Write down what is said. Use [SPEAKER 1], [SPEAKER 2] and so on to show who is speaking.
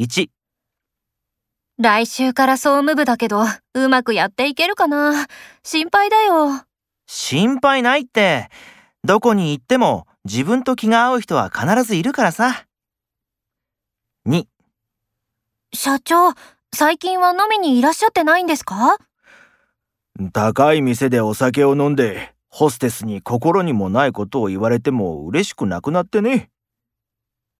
[SPEAKER 1] 1、
[SPEAKER 2] 来週から総務部だけど、うまくやっていけるかな心配だよ。
[SPEAKER 1] 心配ないって。どこに行っても自分と気が合う人は必ずいるからさ。2、
[SPEAKER 2] 社長、最近は飲みにいらっしゃってないんですか
[SPEAKER 1] 高い店でお酒を飲んで、ホステスに心にもないことを言われても嬉しくなくなってね。